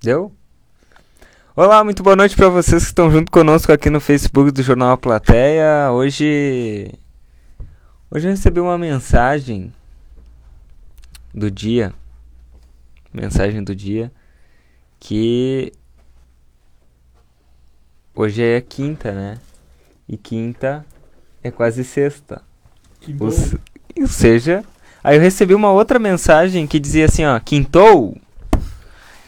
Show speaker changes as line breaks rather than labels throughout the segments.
Deu? Olá, muito boa noite para vocês que estão junto conosco aqui no Facebook do Jornal A Plateia. Hoje. Hoje eu recebi uma mensagem do dia. Mensagem do dia. Que. Hoje é quinta, né? E quinta é quase sexta.
Que
Ou, se- ou seja, aí eu recebi uma outra mensagem que dizia assim, ó, quintou.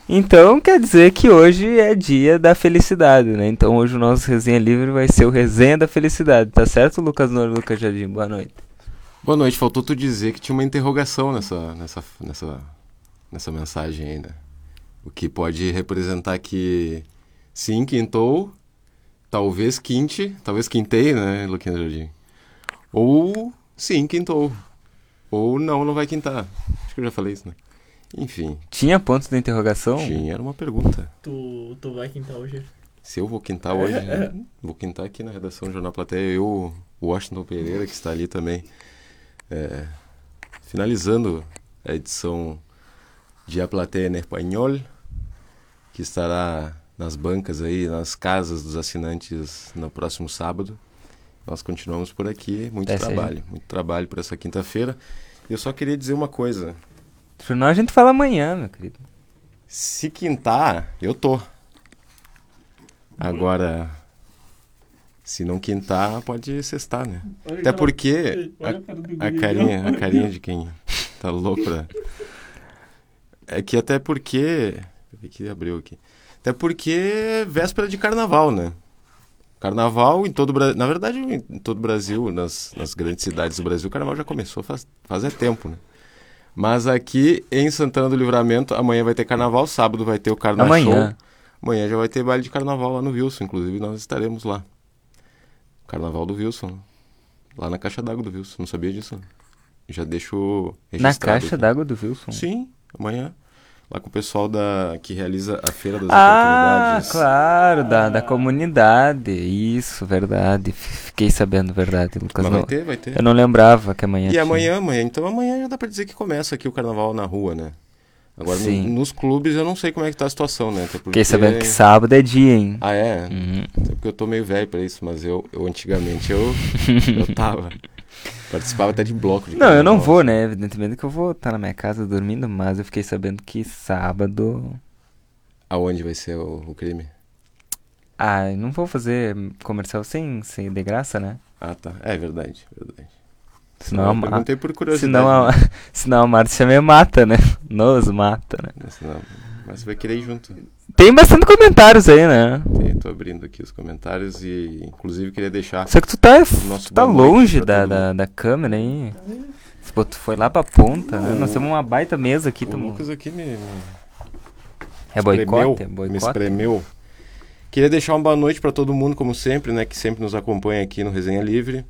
Então quer dizer que hoje é dia da felicidade, né? Então hoje o nosso resenha livre vai ser o resenha da felicidade, tá certo, Lucas Nor, Lucas Jardim? Boa noite.
Boa noite, faltou tu dizer que tinha uma interrogação nessa, nessa, nessa, nessa mensagem aí, né? O que pode representar que sim, quintou, talvez quinte, talvez quintei, né, Luquinha Jardim? Ou sim, quintou. Ou não, não vai quintar. Acho que eu já falei isso, né? Enfim,
Tinha ponto de interrogação?
tinha era uma pergunta.
Tu, tu vai então, quintar hoje?
Se eu vou quintar hoje, né? vou quintar aqui na redação do Jornal Plateia, eu, o Washington Pereira, que está ali também, é, finalizando a edição de A Plateia em Espanhol, que estará nas bancas aí, nas casas dos assinantes no próximo sábado. Nós continuamos por aqui, muito
Essa aí.
trabalho, muito trabalho para essa quinta-feira. Eu só queria dizer uma coisa,
Jornal a gente fala amanhã, meu querido.
se quintar, eu tô. Agora, se não quintar, pode cestar, né?
Olha
Até
aquela-
porque
Então, Olha a cara do
a, a
guri,
carinha, a carinha de quem tá louco pra... É que até porque... Peraí que abriu aqui. Até porque é véspera de carnaval, né? Carnaval em todo o Brasil... Na verdade, em todo o Brasil, nas, nas grandes cidades do Brasil, o carnaval já começou faz, faz é tempo, né? Mas aqui em Santana do Livramento, amanhã vai ter carnaval, sábado vai ter o carnaval.
Amanhã.
Amanhã já vai ter baile de carnaval lá no Wilson, inclusive nós estaremos lá. Carnaval do Wilson. Lá na caixa d'água do Wilson, não sabia disso. Já deixo
Na
registrado.
caixa d'água do Wilson.
Sim, amanhã. Lá com o pessoal da que realiza a Feira das
Ah,
Oportunidades.
claro, da, da comunidade. Isso, verdade. F- Fiquei sabendo, verdade, Lucas
Mas vai
Nor.
ter, vai ter.
Eu não lembrava que amanhã
E
tinha.
amanhã, amanhã, então amanhã já dá pra dizer que começa aqui o carnaval na rua, né? Agora, no-
Sim.
nos clubes eu não sei como é que tá a situação, né? Até porque...
Fiquei sabendo que sábado é dia, hein?
Ah, é?
Uhum.
Até porque eu tô meio velho pra isso, mas eu, eu antigamente eu, eu tava. Participava até de bloco de
Não, eu não
carnaval.
vou, né? Evidentemente que eu vou estar na minha casa dormindo, mas eu fiquei sabendo que sábado.
Aonde vai ser o, o crime?
Ah, eu não vou fazer comercial sem, sem de graça, né?
Ah, tá. É verdade, verdade.
Senão,
eu
a,
perguntei por
a,
curiosidade. né?
senão, a, senão a Márcia me mata, né? Nos mata, né?
né? Senão- Mas você vai querer ir junto.
Tem bastante comentários aí, né?
Eu tô abrindo aqui os comentários e, inclusive, queria deixar.
Só que tu tá,
Nosso
tu tá
boa noite
longe
pra
da,
todo
da, da câmera aí. Pô, tu foi lá pra ponta, né? Nós temos uma baita mesa aqui.
o
tamo-
Lucas aqui me, me-
É
espremeu,
boicote? É
me
boicote?
espremeu. Queria deixar uma boa noite para todo mundo, como sempre, né? Que sempre nos acompanha aqui no Resenha Livre.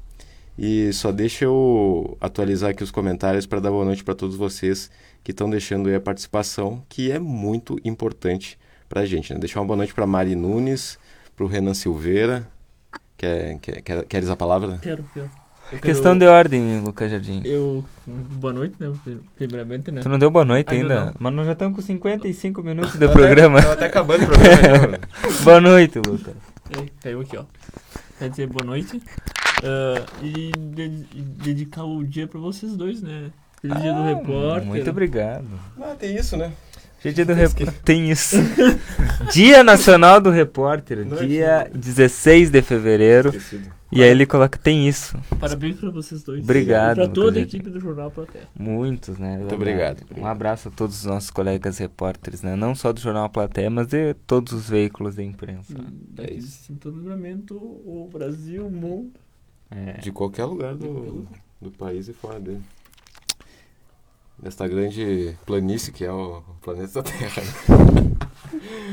E só deixa eu atualizar aqui os comentários para dar boa noite para todos vocês que estão deixando aí a participação, que é muito importante para a gente. Né? Deixar uma boa noite para Mari Nunes, para o Renan Silveira. Quer, quer, quer, queres a palavra?
Quero, quero. Eu
Questão de
quero-
ordem, Lucas Jardim.
Eu. Boa noite, né? pri- Primeiramente, né?
Tu não deu boa noite
Ainda
ainda?
não.
Mas nós já estamos com 55 minutos do programa.
Tava até acabando o programa. né, já, mano.
boa noite, Lucas.
Ei, caiu aqui, ó. Quer dizer, boa noite. Ah, e de- e dedicar o dia pra vocês dois, né? Feliz dia do
Ah,
repórter.
Muito obrigado.
Ah, tem isso, né?
Hoje é Dia do repórter. Tem isso. Dia Nacional do Repórter,
Não é
dia 16 de fevereiro.
Esquecido.
E aí ele coloca, tem isso.
Parabéns pra vocês dois.
Obrigado,
E pra toda a
Lucas.
equipe do Jornal Plateia.
Muitos, né?
Muito obrigado,
Um
obrigado.
abraço a todos os nossos colegas repórteres, né? Não só do Jornal A Plateia, mas de todos os veículos da imprensa.
Daqui de Santana do Livramento, o Brasil, o mundo.
É.
De qualquer lugar do, do país e fora dele. Desta grande planície que é o planeta Terra. né?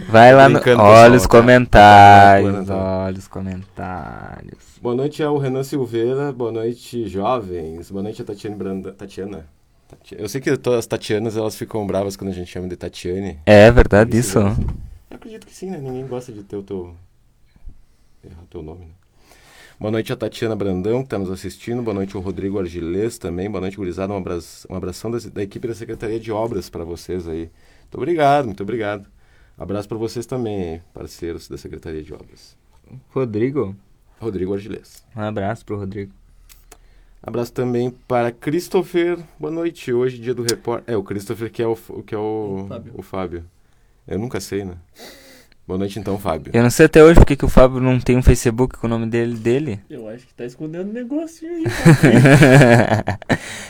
Vai lá no...
Brincando,
Olha
pessoal,
os
tá?
comentários,
Tá
olha os comentários.
Boa noite ao Renan Silveira, boa noite, jovens. Boa noite a Tatiane Brandão. Tatiana? Tati- Eu sei que todas as Tatianas elas ficam bravas quando a gente chama de Tatiane.
É verdade isso.
Eu acredito que sim, né? Ninguém gosta de ter o teu. Errar o teu nome, né? Boa noite a Tatiana Brandão, que está nos assistindo. Boa noite ao Rodrigo Argilês também. Boa noite, gurizada. Um, abraz... um abração da... da equipe da Secretaria de Obras para vocês aí. Muito obrigado, muito obrigado. Abraço para vocês também, parceiros da Secretaria de Obras.
Rodrigo,
Rodrigo Argilés.
um abraço pro Rodrigo.
Abraço também para Christopher. Boa noite. Hoje, dia do repórter. É, o Christopher que é o, F- que é o,
O Fábio.
o Fábio. Eu nunca sei, né? Boa noite então, Fábio.
Eu não sei até hoje porque que o Fábio não tem um Facebook com o nome dele dele.
Eu acho que tá escondendo um negocinho aí.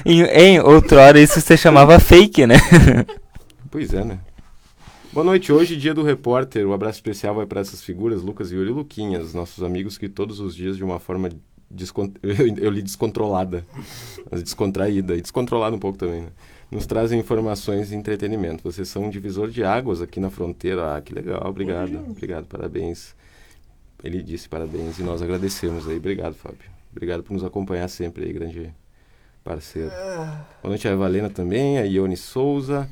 em, em outra hora isso você chamava fake, né?
Pois é, né? Boa noite. Hoje, dia do repórter. O abraço especial vai para essas figuras, Lucas, Yuri e Luquinhas, nossos amigos que todos os dias, de uma forma descon... eu li descontrolada, mas descontraída e descontrolada um pouco também, né? Nos trazem informações e entretenimento. Vocês são um divisor de águas aqui na fronteira. Ah, que legal. Obrigado.
Olha.
Obrigado. Parabéns. Ele disse parabéns e nós agradecemos aí. Obrigado, Fábio. Obrigado por nos acompanhar sempre aí, grande parceiro. Boa noite a Valena também, a Ione Souza.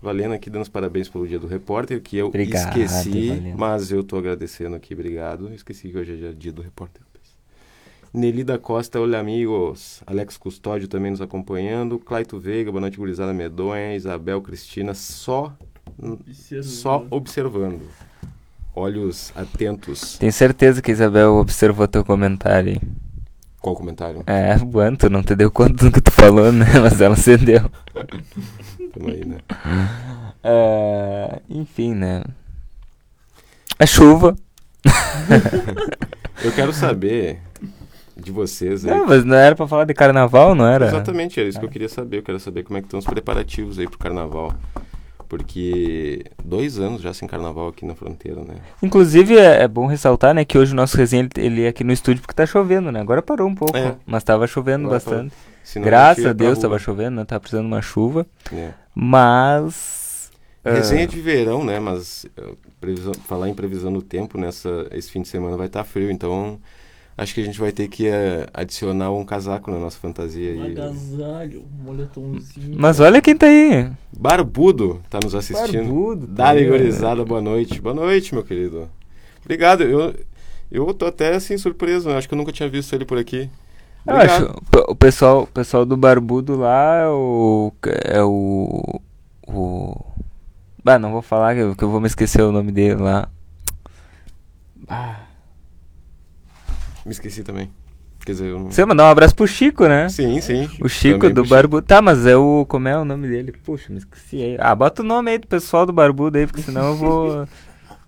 Valena aqui dando os parabéns pelo dia do repórter, que eu
Obrigado,
esqueci,
Valena.
mas eu tô agradecendo aqui, obrigado. Esqueci que hoje é dia do repórter. Nelida Costa, olha amigos. Alex Custódio também nos acompanhando. Claito Veiga, boa noite, gurizada medonha. Isabel Cristina, só, só observando. Olhos atentos.
Tenho certeza que a Isabel observou teu comentário. aí.
Qual o comentário?
É, bueno, tu não te deu conta do que tu falou, né? Mas ela se deu.
Tamo aí, né?
É, enfim, né? A chuva.
Eu quero saber de vocês aí.
Não, mas não era pra falar de carnaval, não era?
Exatamente, era isso que eu queria saber. Eu quero saber como é que estão os preparativos aí pro carnaval. Porque dois anos já sem carnaval aqui na fronteira, né?
Inclusive, é, é bom ressaltar, né, que hoje o nosso resenha, ele, ele é aqui no estúdio porque tá chovendo, né? Agora parou um pouco,
É.
mas tava chovendo
Agora
bastante.
Senão
Graças
gente
a
ia pra
Deus
rua,
tava chovendo, né? Tava precisando de uma chuva.
né?
Mas... ah,
Resenha de verão, né? Mas eh, previsão- falar em previsão do tempo, nessa, esse fim de semana vai estar frio, então acho que a gente vai ter que eh, adicionar um casaco na nossa fantasia
Um
aí.
agasalho, um moletomzinho.
Mas olha quem tá aí.
Barbudo tá nos assistindo.
Barbudo, tá
Dali,
aí, ó.
gurizada, boa noite. Boa noite, meu querido. Obrigado, eu, eu tô até assim surpreso, né? Acho que eu nunca tinha visto ele por aqui.
Eu
Obrigado.
acho, o- o pessoal, o pessoal do Barbudo lá é o. É o. o ah, não vou falar que eu, que eu vou me esquecer o nome dele lá. Ah.
Me esqueci também. Quer dizer, eu não...
Você mandar um abraço pro Chico, né?
Sim, sim.
O Chico
Também
do
pro
Barbudo. Tá, mas é o. Como é o nome dele? Puxa, me esqueci aí. Ah, bota o nome aí do pessoal do Barbudo aí, porque senão eu vou.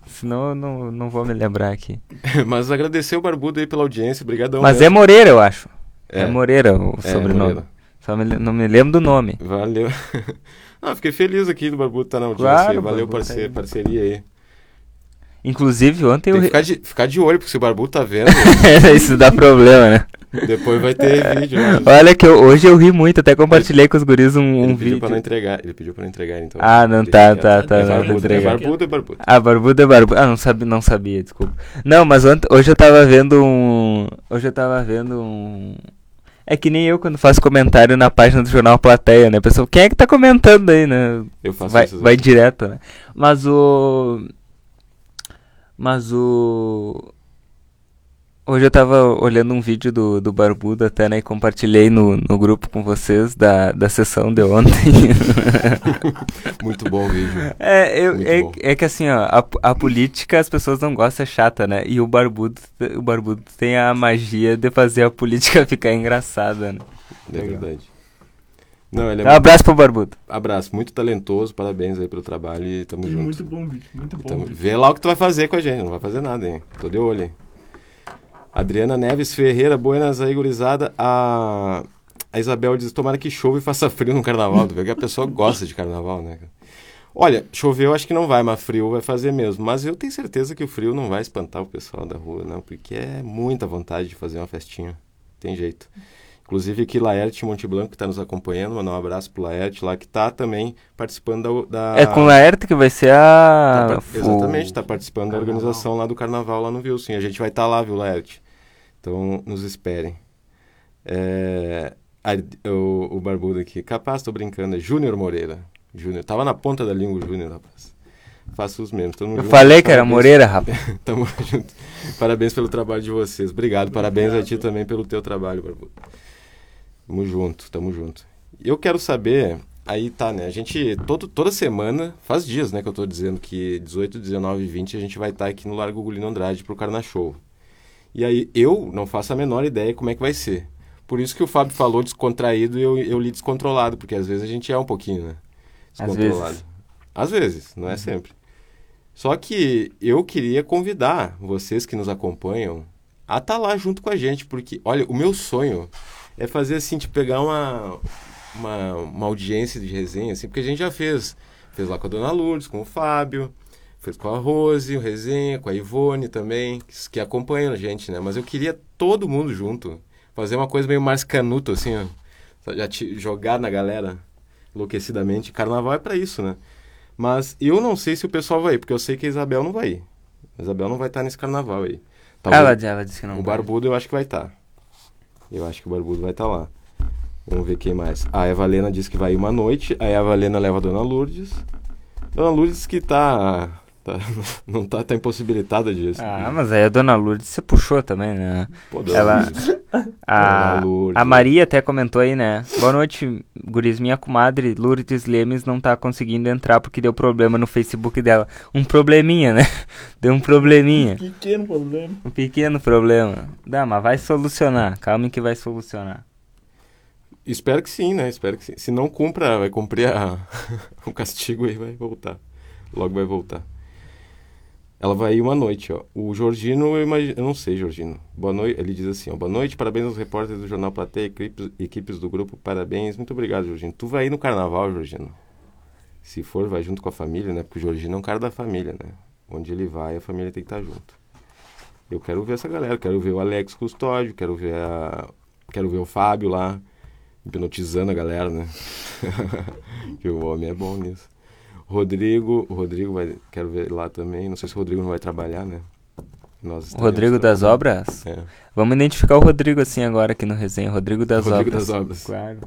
senão eu não, não vou me lembrar aqui.
Chico. Mas agradecer o Barbudo aí pela audiência, obrigadão.
mas é
mesmo.
Moreira, eu acho. É,
É.
Moreira o sobrenome.
Moreira.
Só me le- não me lembro do nome.
Valeu. não, fiquei feliz aqui do Barbudo estar na audiência.
Claro,
aí.
Barbudo
Valeu,
tá
parce-
aí.
parceria aí.
Inclusive, ontem
Tem
eu.
que
re-
ficar de, ficar de olho, porque se o Barbudo tá vendo,
Isso dá problema, né?
depois vai
É.
ter vídeo. né?
Olha que eu- hoje eu ri muito, até compartilhei com os guris um, um
ele pediu
vídeo.
pra não entregar. Ele pediu pra não entregar, então.
Ah, não,
Deixa
tá,
quieto.
tá, tá,
É
não,
barbudo,
vou
é
entregar.
barbudo, é barbudo.
Ah, barbudo é barbudo. Ah, não sabia, não sabia, desculpa. Não, mas ont- hoje eu tava vendo um. Hoje eu tava vendo um. É que nem eu quando faço comentário na página do jornal Plateia, né? Pessoal, quem é que tá comentando aí, né?
Eu faço
vai,
essas-
vai direto, né? Mas o. Mas o. Hoje eu tava olhando um vídeo do, do Barbudo até, né? E compartilhei no, no grupo com vocês da, da sessão de ontem.
assim." Muito bom o vídeo.
É, eu-
Muito bom.
é, é que assim, ó, a, po- a política as pessoas não gostam, é chata, né? E o Barbudo, o Barbudo tem a magia de fazer a política ficar engraçada, né?
É
Legal.
verdade. Não, ele é
Então, um abraço pro Barbudo.
Abraço, muito talentoso, parabéns aí pelo trabalho e tamo
E
junto. Tá
muito bom vídeo, muito bom
Tamo-
vídeo.
Então, Vê lá o que tu vai fazer com a gente, não vai fazer nada, hein? Tô de olho, hein? Adriana Neves Ferreira, buenas aí, gurizada. A, a Isabel diz: tomara que chova e faça frio no carnaval. Tu vê que a pessoa gosta de carnaval, né? cara? Olha, chover eu acho que não vai, mas frio vai fazer mesmo. Mas eu tenho certeza que o frio não vai espantar o pessoal da rua, não, porque é muita vontade de fazer uma festinha. Tem jeito. Inclusive aqui, Laerte Monte Blanco, que está nos acompanhando, mandar um abraço pro Laerte lá, que tá também participando da. da-
É com o Laerte que vai ser
Ah. Tá
a.
par-
o-
Exatamente, tá participando da
Carnaval.
organização lá do carnaval lá no Wilson. E a gente vai estar lá, viu, Laerte? Então, nos esperem. É, a- o, o barbudo aqui. Capaz, tô brincando. É Júnior Moreira. Júnior. Tava na ponta da língua o Júnior, rapaz. Faço os mesmos. Tamo
Eu
junto.
falei que era
Parabéns.
Moreira, rapaz.
Tamo junto. Parabéns pelo trabalho de vocês. Obrigado. Parabéns a ti também pelo teu trabalho, Barbudo. Tamo junto, tamo junto. Eu quero saber Aí tá, né? A gente, todo, toda semana, faz dias, né, que eu tô dizendo que 18, 19 e 20 a gente vai estar aqui no Largo Gulino Andrade pro Carna Show. E aí eu não faço a menor ideia como é que vai ser. Por isso que o Fábio falou descontraído e eu, eu li descontrolado, porque às vezes a gente é um pouquinho, né?
Às
Descontrolado.
vezes. Uhum.
Às vezes, não é sempre. Só que eu queria convidar vocês que nos acompanham a estar lá junto com a gente, porque, olha, o meu sonho é fazer assim, de pegar uma, uma, uma audiência de resenha, assim, porque a gente já fez. Fez lá com a Dona Lourdes, com o Fábio, fez com a Rose, o Resenha, com a Ivone também, que, que acompanham a gente, né? Mas eu queria todo mundo junto. Fazer uma coisa meio mais canuto, assim, ó. Só Já te- jogar na galera, enlouquecidamente. Carnaval é pra isso, né? Mas eu não sei se o pessoal vai ir, porque eu sei que a Isabel não vai ir. A Isabel não vai estar nesse carnaval aí. Talvez-
Ah, Ela, ela disse que não.
o
vai.
Barbudo eu acho que vai estar. Eu acho que o Barbudo vai estar lá. Vamos ver quem mais. A Eva Lena disse que vai ir uma noite. Aí a Eva Lena leva a Dona Lourdes. Dona Lourdes que tá. tá- não tá, tá impossibilitada disso.
Ah, mas aí a Dona Lourdes você puxou também, né?
Pô, Dona
ela-
Lourdes.
A,
Dona Lourdes.
a Maria até comentou aí, né? Boa noite, guris. Minha comadre Lourdes Lemes não tá conseguindo entrar porque deu problema no Facebook dela. Um probleminha, né? Deu um probleminha.
Pequeno problema.
Um pequeno problema. Dá, mas vai solucionar. Calma que vai solucionar.
Espero que sim, né? Espero que sim. Se não cumpra, vai cumprir a- o castigo aí, vai voltar. Logo vai voltar. Ela vai ir uma noite, ó. O Jorgino, eu imagino. Eu não sei, Jorgino. Boa noite. Ele diz assim, ó. Boa noite, parabéns aos repórteres do Jornal Plateia, equipes, equipes do grupo, parabéns. Muito obrigado, Jorgino. Tu vai ir no carnaval, Jorgino. Se for, vai junto com a família, né? Porque o Jorgino é um cara da família, né? Onde ele vai, a família tem que estar junto. Eu quero ver essa galera, quero ver o Alex Custódio, quero ver a. Quero ver o Fábio lá, hipnotizando a galera, né? que o homem é bom nisso. Rodrigo, o Rodrigo vai. Quero ver lá também. Não sei se o Rodrigo não vai trabalhar, né? Nós
O
estaremos
Rodrigo das
trabalhando.
Obras?
É.
Vamos identificar o Rodrigo assim agora aqui no resenha. Rodrigo das
Rodrigo
Obras.
das Obras.
Claro.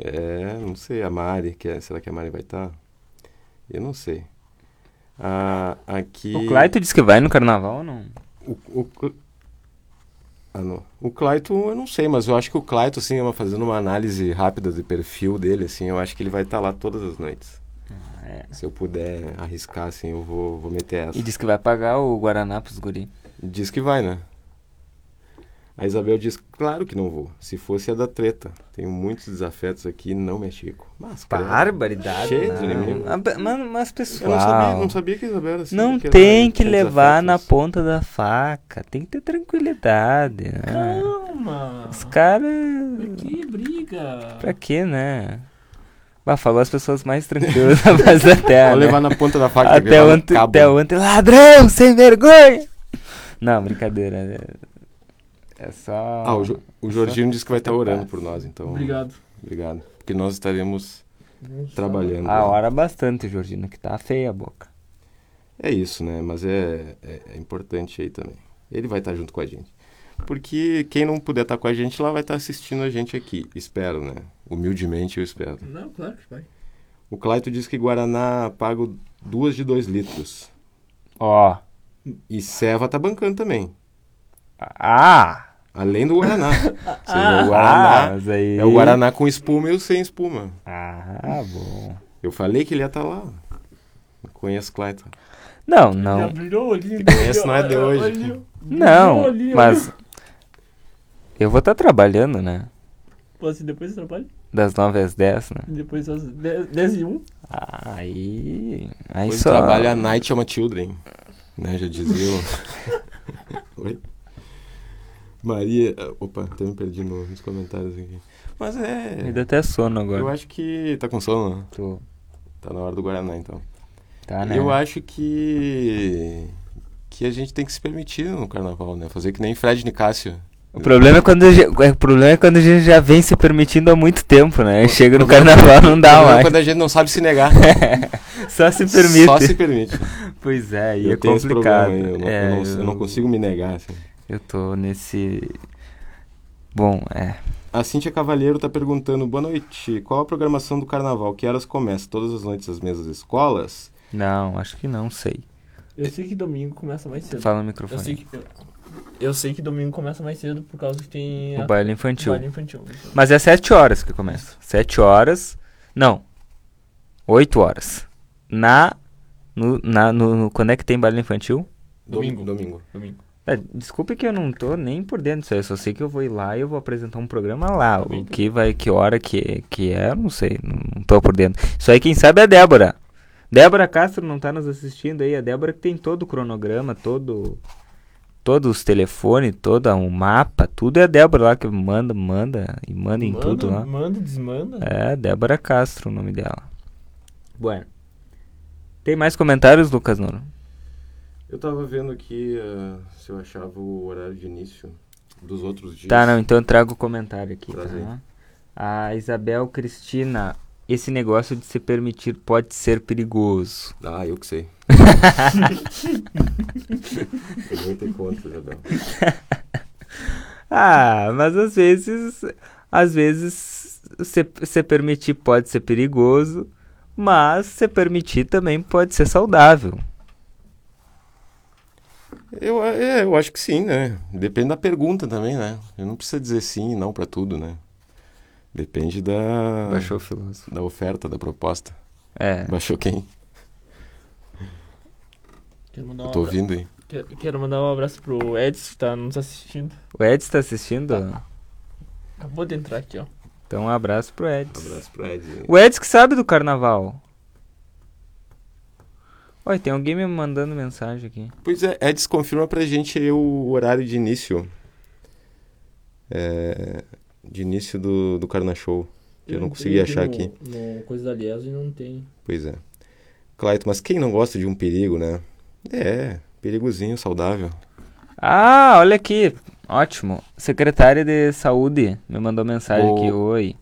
É, não sei, a Mari, que é- será que a Mari vai estar? Eu não sei. Ah, aqui.
O Claito disse que vai no carnaval ou não?
O, o, Cl- ah, não. O Claito, eu não sei, mas eu acho que o Claito, assim, é uma- fazendo uma análise rápida do perfil dele, assim, eu acho que ele vai estar lá todas as noites.
É.
Se eu puder arriscar, assim, eu vou, vou meter essa.
E diz que vai pagar o Guaraná pros guri.
Diz que vai, né? A Isabel diz, claro que não vou. Se fosse a da treta. Tenho muitos desafetos aqui, não me achico. Mas, cara,
Barbaridade.
Cheio de
não.
inimigo.
Ah, ba- Mano, mas
Eu
pessoal.
não sabia, não sabia que a Isabel era assim.
Não
que era-
tem que
tinha
levar na
desafetos.
ponta da faca. Tem que ter tranquilidade, né?
Calma.
Os caras.
Que briga.
Pra quê, né? Bah, falou as pessoas mais tranquilas da face da terra.
Vou
né?
levar na ponta da faca.
até,
levar no
ontem,
cabo.
até ontem, ladrão, sem vergonha! Não, brincadeira. é- É só.
Ah, o, Jo- o Jorginho disse que vai estar orando por nós, então.
Obrigado.
Obrigado. Porque nós estaremos trabalhando.
A hora bastante, Jorgina, que tá feia a boca.
É isso, né? Mas é, é, é importante aí também. Ele vai estar junto com a gente. Porque quem não puder estar com a gente lá vai estar assistindo a gente aqui. Espero, né? Humildemente eu espero.
Não, claro que vai.
O Claito disse que Guaraná pago duas de dois litros.
Ó.
E Seva tá bancando também.
Ah!
Além do Guaraná. Ou seja, o
ah,
Guaraná
mas aí...
é o Guaraná com espuma e o sem espuma.
Ah, bom.
Eu falei que ele ia estar lá. Eu conheço Clayton.
Não,
Já
não.
brilhou o olhinho.
Esse não é de hoje.
Brilhou o
Não,
olhinho.
mas. Eu vou estar trabalhando, né?
Pô, se depois você trabalha,
Das 9 às 10, né?
depois às 10, 10 e 1.
Aí. É Aí
Pois
só.
trabalha Night Chama Children. Né? Já dizia o... Oi? Maria... Opa, até me perdi no- nos comentários aqui. Mas
Me
é...
deu até sono agora.
Eu acho que... Tá com sono? né?
Tô-
Tá na hora do Guaraná, então.
Tá, né?
Eu acho que... Que a gente tem que se permitir no carnaval, né? Fazer que nem Fred Nicásio.
O problema é quando a gente, o problema é quando a gente já vem se permitindo há muito tempo, né? Chega no carnaval não dá
Problema é
mais.
Quando a gente não sabe se negar.
Só se permite.
Só se permite.
Pois é, e
eu
é
tenho esse
complicado.
problema aí. Eu não,
É,
eu não- eu não consigo me negar, assim.
Eu tô nesse. Bom, é.
A Cintia Cavalheiro está perguntando: boa noite, qual a programação do carnaval? Que horas começa? Todas as noites as mesmas escolas?
Não, acho que não sei.
Eu sei que domingo começa mais cedo.
Fala no
Eu sei
microfone.
que, eu sei que domingo começa mais cedo por causa que tem
O
a-
baile infantil.
baile infantil. então.
Mas é 7 horas que começa. 7 horas. Não, 8 horas. Na, no, na no, no- quando é que tem baile infantil?
Domingo.
Domingo.
Domingo.
É, desculpe que eu não tô nem por dentro disso aí, eu só sei que eu vou ir lá e eu vou apresentar um programa lá. O que vai, que hora que, que é, eu não sei, não, não tô por dentro. Isso aí quem sabe é a Débora. Débora Castro não tá nos assistindo aí, a Débora que tem todo o cronograma, todo todos os telefones, todo o mapa, tudo é a Débora lá que manda, manda e manda em
manda,
tudo lá.
Manda, desmanda.
É, Débora Castro o nome dela. Bueno. Tem mais comentários, Lucas Nuno?
Eu tava vendo aqui ah, se eu achava o horário de início dos outros dias.
Tá, não, então eu trago o comentário aqui.
Traz aí.
Tá? A Isabel Cristina, esse negócio de se permitir pode ser perigoso.
Ah, eu que sei. eu nem te conto, Isabel.
Ah, mas às vezes, às vezes se, se permitir pode ser perigoso, mas se permitir também pode ser saudável.
Eu, é, eu acho que sim, né? Depende da pergunta também, né? Eu não precisa dizer sim e não pra tudo, né? Depende da,
Baixou o filósofo.
da oferta, da proposta.
É.
Baixou quem?
Quero mandar, um
Eu tô
abra-
ouvindo aí.
quero, quero mandar um abraço pro Edson que tá nos assistindo.
O Ed está assistindo?
Acabou de entrar aqui, ó.
Então um abraço pro Eds.
pra Ed.
O Edson que sabe do carnaval. Olha, tem alguém me mandando mensagem aqui.
Pois é, Edson, confirma pra gente aí o horário de início. É, de início do, do Carna Show. Eu não consegui achar aqui.
No coisa da Liesa e não tem.
Pois é. Claito, mas quem não gosta de um perigo, né? É, perigozinho, saudável.
Ah, olha aqui. Ótimo. Secretária de Saúde me mandou mensagem
Boa.
aqui. Oi.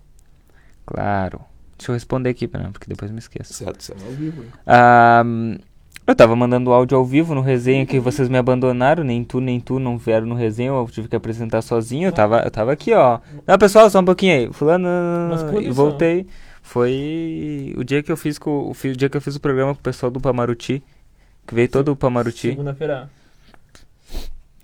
Claro. Deixa eu responder aqui, pera, porque depois eu me esqueço.
Certo, certo.
Ao vivo, né?
Ah, hum, eu tava mandando áudio ao vivo no resenha que vocês me abandonaram. Nem tu, nem tu não vieram no resenha. Eu tive que apresentar sozinho. Eu tava, eu tava aqui, ó. Não, pessoal, só um pouquinho aí. Fulano.
Mas quando
E
isso?
voltei. Foi o dia que eu fiz com, o, fi- o dia que eu fiz o programa com o pessoal do Pamaruti. Que veio todo o Pamaruti.
Segunda-feira.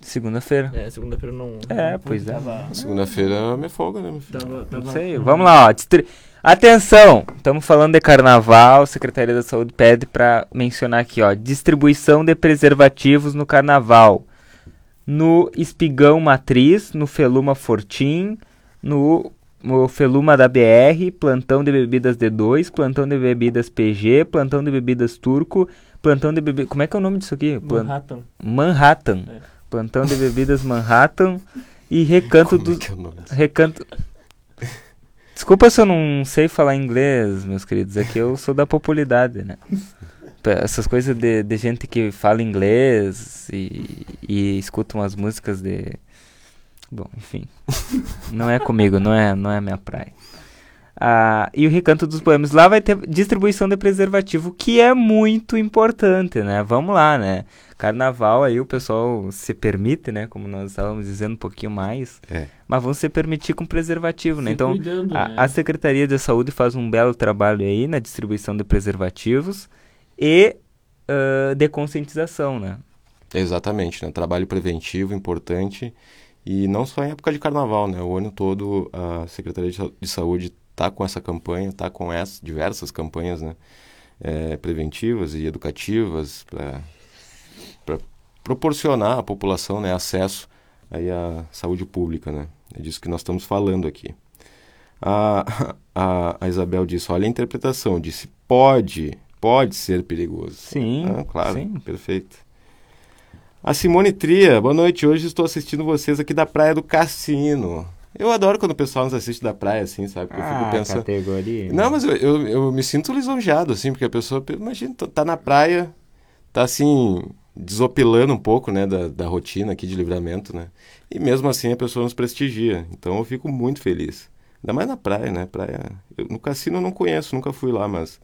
Segunda-feira.
É, segunda-feira eu não.
É,
não
pois é.
Tava,
Segunda-feira me folga, né? meu filho?
tava,
Não
tava-
sei. Vamos lá, ó. Distri- Atenção! Estamos falando de carnaval. Secretaria da Saúde pede para mencionar aqui, ó. Distribuição de preservativos no carnaval. No Espigão Matriz, no Feluma Fortim, no, no Feluma da BR, plantão de bebidas D2, plantão de bebidas PG, plantão de bebidas Turco, plantão de bebidas. Como é que é o nome disso aqui?
no
Plan-
Manhattan.
Manhattan.
É.
Plantão de bebidas Manhattan e recanto
Como
dos.
é que é o nome?
Recanto. Desculpa se eu não sei falar inglês, meus queridos. É que eu sou da popularidade, né? Pe- Essas coisas de, de gente que fala inglês e, e escuta umas músicas de. Bom, enfim. Não é comigo, não é, não é a minha praia. Ah, e o Recanto dos Poemas. Lá vai ter distribuição de preservativo, que é muito importante, né? Vamos lá, né? Carnaval aí o pessoal se permite, né? Como nós estávamos dizendo um pouquinho mais
É.
mas vão se permitir com preservativo, né?
Se
Então,
cuidando,
a,
né?
a Secretaria de Saúde faz um belo trabalho aí na distribuição de preservativos e ah, de conscientização, né?
Exatamente, né? Trabalho preventivo importante. E não só em época de carnaval, né? O ano todo a Secretaria de Sa- de Saúde tá com essa campanha, tá com essas diversas campanhas, né? É, preventivas e educativas para proporcionar à população, né, acesso aí à saúde pública, né? É disso que nós estamos falando aqui. A, a, a Isabel disse, olha a interpretação, disse pode, pode ser perigoso.
Sim,
Ah, claro,
sim.
perfeito. A Simone Tria, boa noite. Hoje estou assistindo vocês aqui da Praia do Cassino. Eu adoro quando o pessoal nos assiste da praia, assim, sabe? Porque
Ah,
eu fico pensando.
categoria.
Não, mas eu, eu, eu me sinto lisonjeado, assim, porque a pessoa, imagina, tá- tá na praia, tá assim, desopilando um pouco, né, da, da rotina aqui de livramento, né? E mesmo assim a pessoa nos prestigia. Então eu fico muito feliz. Ainda mais na praia, né? Praia. eu- no cassino eu não conheço, nunca fui lá, mas.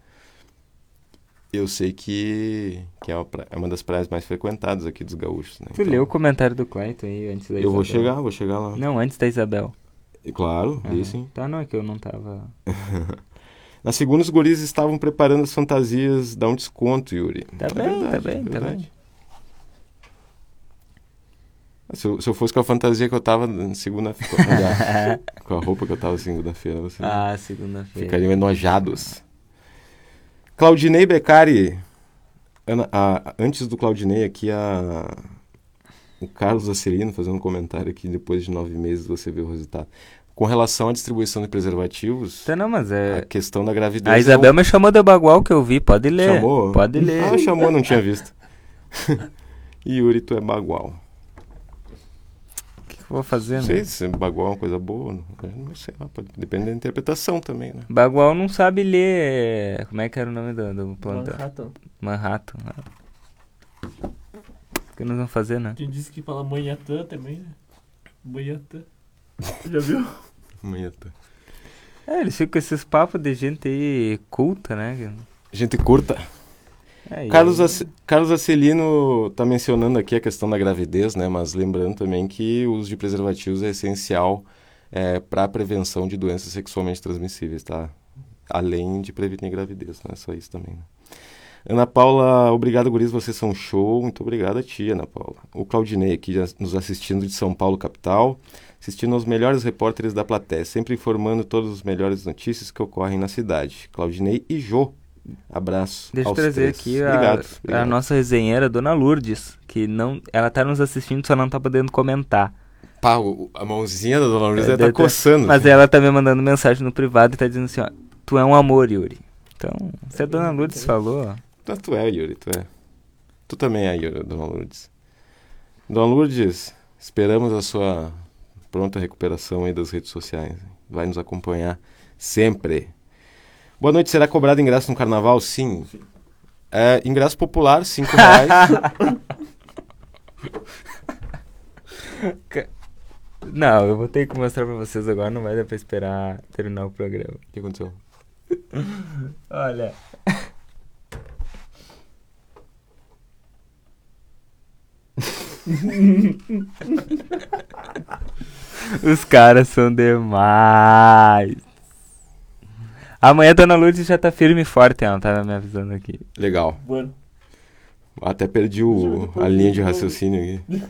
Eu sei que, que é, uma pra- é uma das praias mais frequentadas aqui dos gaúchos, né?
Tu
Então,
leu o comentário do Clayton aí antes da
Eu vou
Isabel.
chegar, vou chegar lá.
Não, antes da Isabel.
E Claro,
Aham.
li sim.
Tá, não é que eu não tava.
Na segunda, os guris estavam preparando as fantasias. Dá um desconto, Yuri.
Tá
É
bem, tá bem, tá bem.
Se eu, se eu fosse com a fantasia que eu tava na segunda-feira, com a roupa que eu tava segunda-feira, vocês
Ah, segunda-feira.
ficariam enojados. Claudinei Beccari. Ana- a- antes do Claudinei, aqui a, o Carlos Acerino fazendo um comentário aqui. Depois de nove meses você vê o resultado. Com relação à distribuição de preservativos,
Então, não, mas
a
é.
questão da gravidez.
A
é
Isabel me chamou de bagual que eu vi, pode ler.
Chamou?
Pode ler.
Ah, chamou, não tinha visto. Yuri, tu é bagual.
O que, que eu vou fazer,
Não
né?
sei se bagual é uma coisa boa, não não sei lá, pode- depende da interpretação também, né?
Bagual não sabe ler. é, Como é que era o nome do, do plantão?
Manhattan.
Manhattan. ah. O que nós vamos fazer, né?
Quem disse que fala manhattan também, né? Manhattan. Já viu?
Manheta.
É, eles ficam com esses papos de gente aí culta, né?
Gente curta.
É, e-
Carlos, Ace- Carlos Acelino tá mencionando aqui a questão da gravidez, né? Mas lembrando também que o uso de preservativos é essencial para a prevenção de doenças sexualmente transmissíveis, tá? Além de prevenir gravidez, não é só isso também, né? Ana Paula, obrigado, guris, vocês são show. Muito obrigado a ti, Ana Paula. O Claudinei aqui já nos assistindo de São Paulo, capital, assistindo aos melhores repórteres da plateia, sempre informando todas as melhores notícias que ocorrem na cidade. Claudinei e Jô, abraço
Deixa eu
aos
trazer
três.
aqui a,
obrigado,
a
obrigado.
nossa resenheira, Dona Lourdes, que não, ela tá nos assistindo, só não tá podendo comentar.
Pá, o- a mãozinha da Dona Luísa
É,
tá
deve ter-
coçando.
Mas ela tá me mandando mensagem no privado e tá dizendo assim, ó, tu é um amor, Yuri. Então, se a Dona Lourdes falou, ó,
Ah, tu é, Yuri, tu é. Tu também é, Yuri, Dona Lourdes. Dona Lourdes, esperamos a sua pronta recuperação aí das redes sociais. Vai nos acompanhar sempre. Boa noite, será cobrado ingresso no carnaval? Sim. É, ingresso popular, 5 reais.
não, eu vou ter que mostrar pra vocês agora, não vai dar pra esperar terminar o programa.
o que aconteceu?
Olha. Os caras são demais. Amanhã a Dona Lourdes já tá firme e forte, ela tava me avisando aqui.
Legal.
Bueno.
Até perdi o- a linha de raciocínio aqui.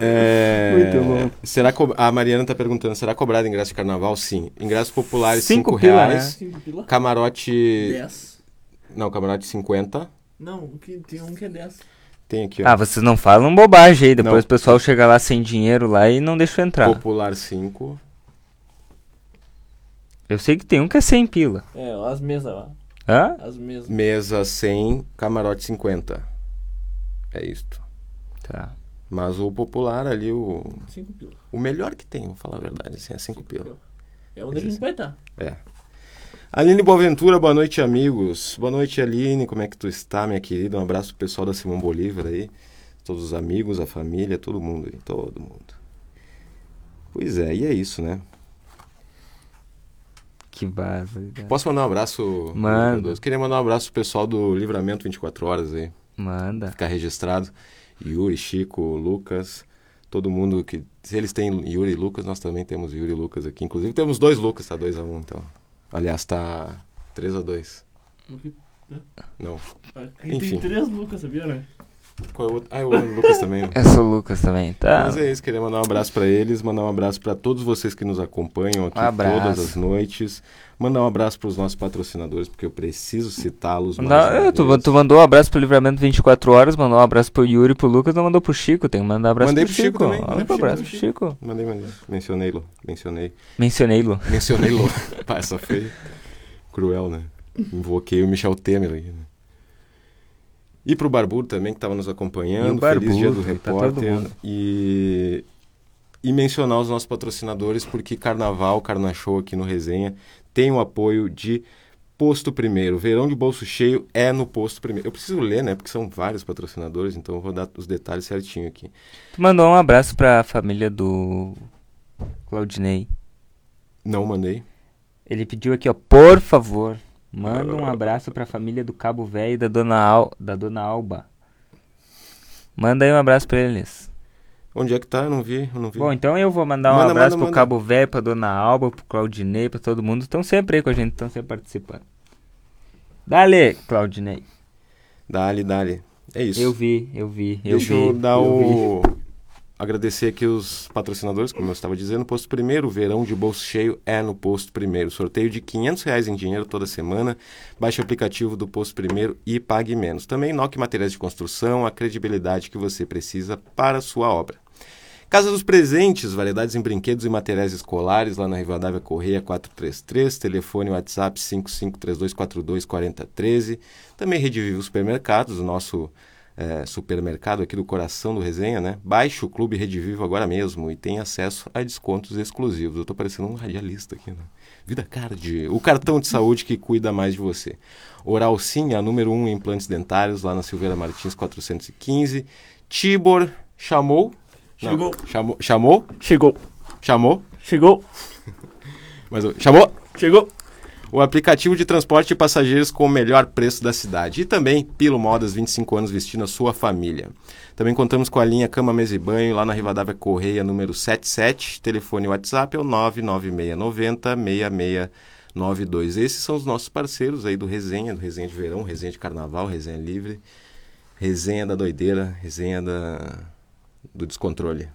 É,
Muito bom.
Será co- a Mariana tá perguntando, será cobrado ingresso de carnaval? Sim. Ingressos populares,
Cinco
5
pila, é?
reais.
Cinco Assim, pila?
Camarote...
10.
Não, camarote 50.
Não, que tem um que é 10.
Tem aqui, ó.
Ah, vocês não falam bobagem aí. Depois o
Não.
pessoal chega lá sem dinheiro lá e não deixa eu entrar.
Popular 5.
Eu sei que tem um que é sem pila.
É, ó, as mesas lá.
Hã?
As mesas.
Mesa 100, camarote 50. É isto.
Tá.
Mas o popular ali, o,
Cinco pila.
o melhor que tem, vou falar a verdade, assim, é 5 pila.
É onde a gente vai estar.
É. Aline Boaventura, boa noite, amigos. Boa noite, Aline. Como é que tu está, minha querida? Um abraço pro pessoal da Simão Bolívar aí. Todos os amigos, a família, todo mundo aí. Todo mundo. Pois é, e é isso, né?
Que base.
Posso mandar um abraço?
Manda.
Cardoso? Queria mandar um abraço pro pessoal do Livramento 24 Horas aí.
Manda.
ficar registrado. Yuri, Chico, Lucas, todo mundo que. Se eles têm Yuri e Lucas, nós também temos Yuri e Lucas aqui. Inclusive temos dois Lucas, tá 2x1, então. Aliás, tá 3x2. Não.
Aqui
Enfim.
tem três Lucas, sabia, né?
Qual é o outro? Ah, eu amo o Lucas também. né?
Eu sou É o Lucas também, tá?
Mas é isso, queria mandar um abraço pra eles, mandar um abraço pra todos vocês que nos acompanham aqui
Um abraço.
todas as noites. Mandar um abraço pros nossos patrocinadores, porque eu preciso citá-los. mais
Não,
uma
é, tu,
vez.
tu mandou um abraço pro Livramento 24 Horas, mandou um abraço pro Yuri, pro Lucas, não mandou pro Chico. Tem que mandar um abraço
Mandei
pro
pro
Chico.
Chico também, mandei
Manda
pro
um
Chico,
abraço pro Chico.
mandei Mandei, mandei. Mencionei, Lu. Mencionei.
Mencionei, Lu.
Mencionei Lô. Pá, essa foi cruel, né? Invoquei o Michel Temer aqui, né? E pro Barbudo também, que tava nos
E o
acompanhando. Feliz
Barbudo,
dia do
tá todo
repórter.
mundo.
e... e mencionar os nossos patrocinadores, porque Carnaval, Carna Show aqui no Resenha, tem o apoio de Posto Primeiro. Verão de bolso cheio é no Posto Primeiro. Eu preciso ler, né? Porque são vários patrocinadores, então eu vou dar os detalhes certinho aqui.
Tu mandou um abraço pra família do Claudinei.
Não mandei.
Ele pediu aqui, ó, por favor, manda um abraço pra família do Cabo Velho e da Dona, Al... da Dona Alba. Manda aí um abraço pra eles.
Onde é que tá? Eu não vi. Eu não vi.
Bom, então eu vou mandar um
Manda,
abraço
manda,
pro
manda.
Cabo Velho, pra Dona Alba, pro Claudinei, pra todo mundo. Estão sempre aí com a gente, estão sempre participando. Dale, Claudinei.
Dá-lhe, dá-lhe. É isso.
Eu vi, eu vi, eu
Deixa
vi.
eu dar
eu vi.
o. Agradecer aqui os patrocinadores, como eu estava dizendo. Posto Primeiro, verão de bolso cheio é no Posto Primeiro. Sorteio de 500 reais em dinheiro toda semana. Baixe o aplicativo do Posto Primeiro e pague menos. Também NOC Materiais de Construção, a credibilidade que você precisa para a sua obra. Casa dos Presentes, variedades em brinquedos e materiais escolares, lá na Rivadavia Correia 433, telefone WhatsApp 5532424013. Também Rede Vivo Supermercados, o nosso eh, supermercado aqui do coração do Resenha, né? Baixe o Clube Rede Vivo agora mesmo e tem acesso a descontos exclusivos. Eu tô parecendo um radialista aqui, né? Vida Card, o cartão de saúde que cuida mais de você. Oral Sim, a número 1 um em implantes dentários, lá na Silveira Martins 415. Tibor chamou... Não,
Chegou.
chamou, chamou,
Chegou.
chamou,
Chegou.
mas o- chamou
Chegou.
o aplicativo de transporte de passageiros com o melhor preço da cidade. E também Pilo Modas, 25 anos vestindo a sua família. Também contamos com a linha Cama, Mesa e Banho, lá na Rivadavia Correia, número 77. Telefone e WhatsApp é o 996906692. Esses são os nossos parceiros aí do Resenha, do Resenha de Verão, Resenha de Carnaval, Resenha Livre, Resenha da Doideira, Resenha da... do Descontrole.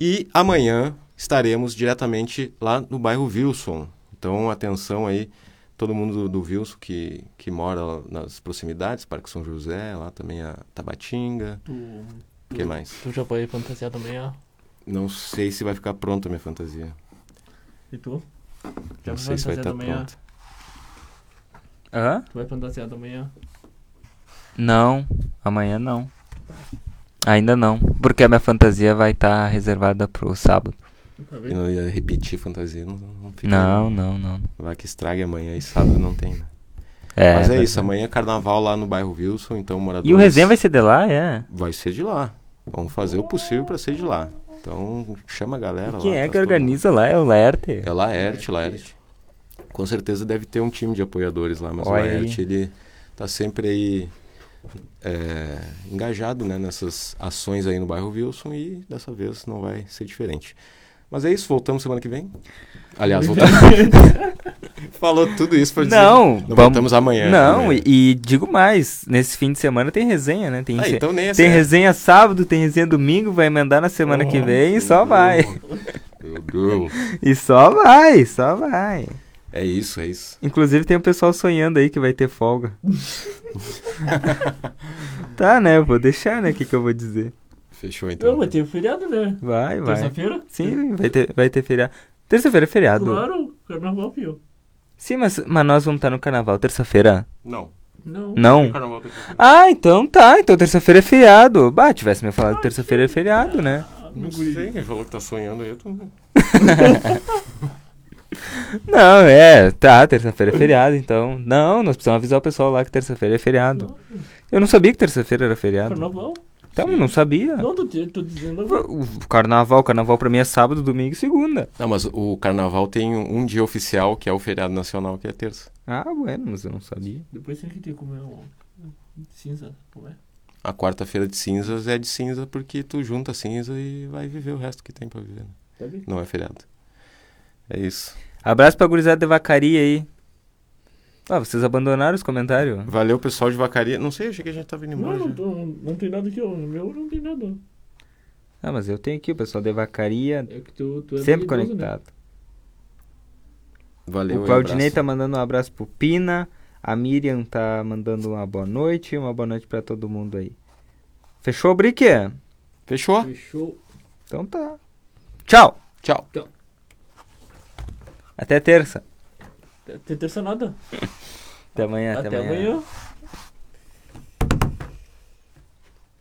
E amanhã estaremos diretamente lá no bairro Wilson. Então, atenção aí, todo mundo do, do Wilson que, que mora nas proximidades, Parque São José, lá também a Tabatinga,
Tu,
o que mais?
tu já pode fantasiar também, ó.
Não sei se vai ficar pronta a minha fantasia.
E tu? Já
Não sei se vai tá estar
também, ó.
pronta.
Hã?
Tu vai fantasiar também, ó.
Não, amanhã não. Ainda não, porque a minha fantasia vai estar reservada pro sábado.
Nunca vi.
Eu não ia repetir fantasia, não, não fica.
Não, não, não.
Vai que estrague amanhã e sábado não tem. né?
É,
Mas é
vai-
isso, amanhã é carnaval lá no bairro Wilson, então moradores.
E o resenha vai ser de lá, é?
Vai ser de lá. Vamos fazer o possível para ser de lá. Então chama a galera
Quem
lá.
é
tá
que
todo-
organiza lá? É o Lerte.
É Laerte, Laerte. Com certeza deve ter um time de apoiadores lá, mas
Olha
o
aí.
Laerte, ele tá sempre aí é, engajado né, nessas ações aí no bairro Wilson e dessa vez não vai ser diferente. Mas é isso, voltamos semana que vem. Aliás, voltamos. Falou tudo isso pra dizer.
Não,
que
vamos-
voltamos amanhã.
Não,
né?
e, e digo mais, nesse fim de semana tem resenha, né? Tem,
Ah,
se-
então nem essa
tem
é-
resenha sábado, tem resenha domingo, vai emendar na semana que vem e só vai.
Meu Deus.
E só vai, só vai.
É isso, é isso.
Inclusive tem o pessoal sonhando aí que vai ter folga. tá, né? Vou deixar, né? O que, que eu vou dizer?
Fechou então.
Não, vai ter feriado, né?
Vai, vai.
Terça-feira?
Sim, vai ter, vai ter feriado. Terça-feira é feriado.
Claro, carnaval, fio.
Sim, mas, mas nós vamos estar no carnaval terça-feira.
Não.
Não.
Não?
Carnaval tá
Ah, então tá. Então terça-feira é feriado. Bah, tivesse me falado que terça-feira é feriado, né?
Ah, meu
Não
guri.
sei, quem falou que tá sonhando aí. Eu tô...
Não, é, tá, terça-feira é feriado, então. Não, nós precisamos avisar o pessoal lá que terça-feira é feriado.
Não,
Eu não sabia que terça-feira era feriado.
Carnaval?
Então, eu não sabia.
Não, tô, te- tô dizendo agora.
O carnaval, carnaval pra mim é sábado, domingo e segunda.
Não, mas o carnaval tem um dia oficial, que é o feriado nacional, que é terça.
Ah, bueno, mas eu não sabia.
Depois tem que ter como é um cinza, como é?
A quarta-feira de cinzas é de cinza porque tu junta cinza e vai viver o resto que tem pra viver. né?
Tá bem?
Não é feriado. É isso.
Abraço pra gurizada de vacaria aí. Ah, vocês abandonaram os comentários?
Valeu, pessoal de vacaria. Não sei, achei que a gente tava indo
Não,
embora.
não,
já.
tô- não tem nada aqui, ó. O meu não tem nada.
Ah, mas eu tenho aqui o pessoal de vacaria,
É que tu, tu é
sempre
habilidoso, né?
conectado.
Valeu,
o
aí,
Claudinei
abraço.
tá mandando um abraço pro Pina. A Miriam tá mandando uma boa noite. Uma boa noite pra todo mundo aí. Fechou, Brick? tá-
Fechou?
Fechou.
Então tá. Tchau.
Tchau.
Até terça.
Até terça nada.
Até amanhã.
É,
Até amanhã.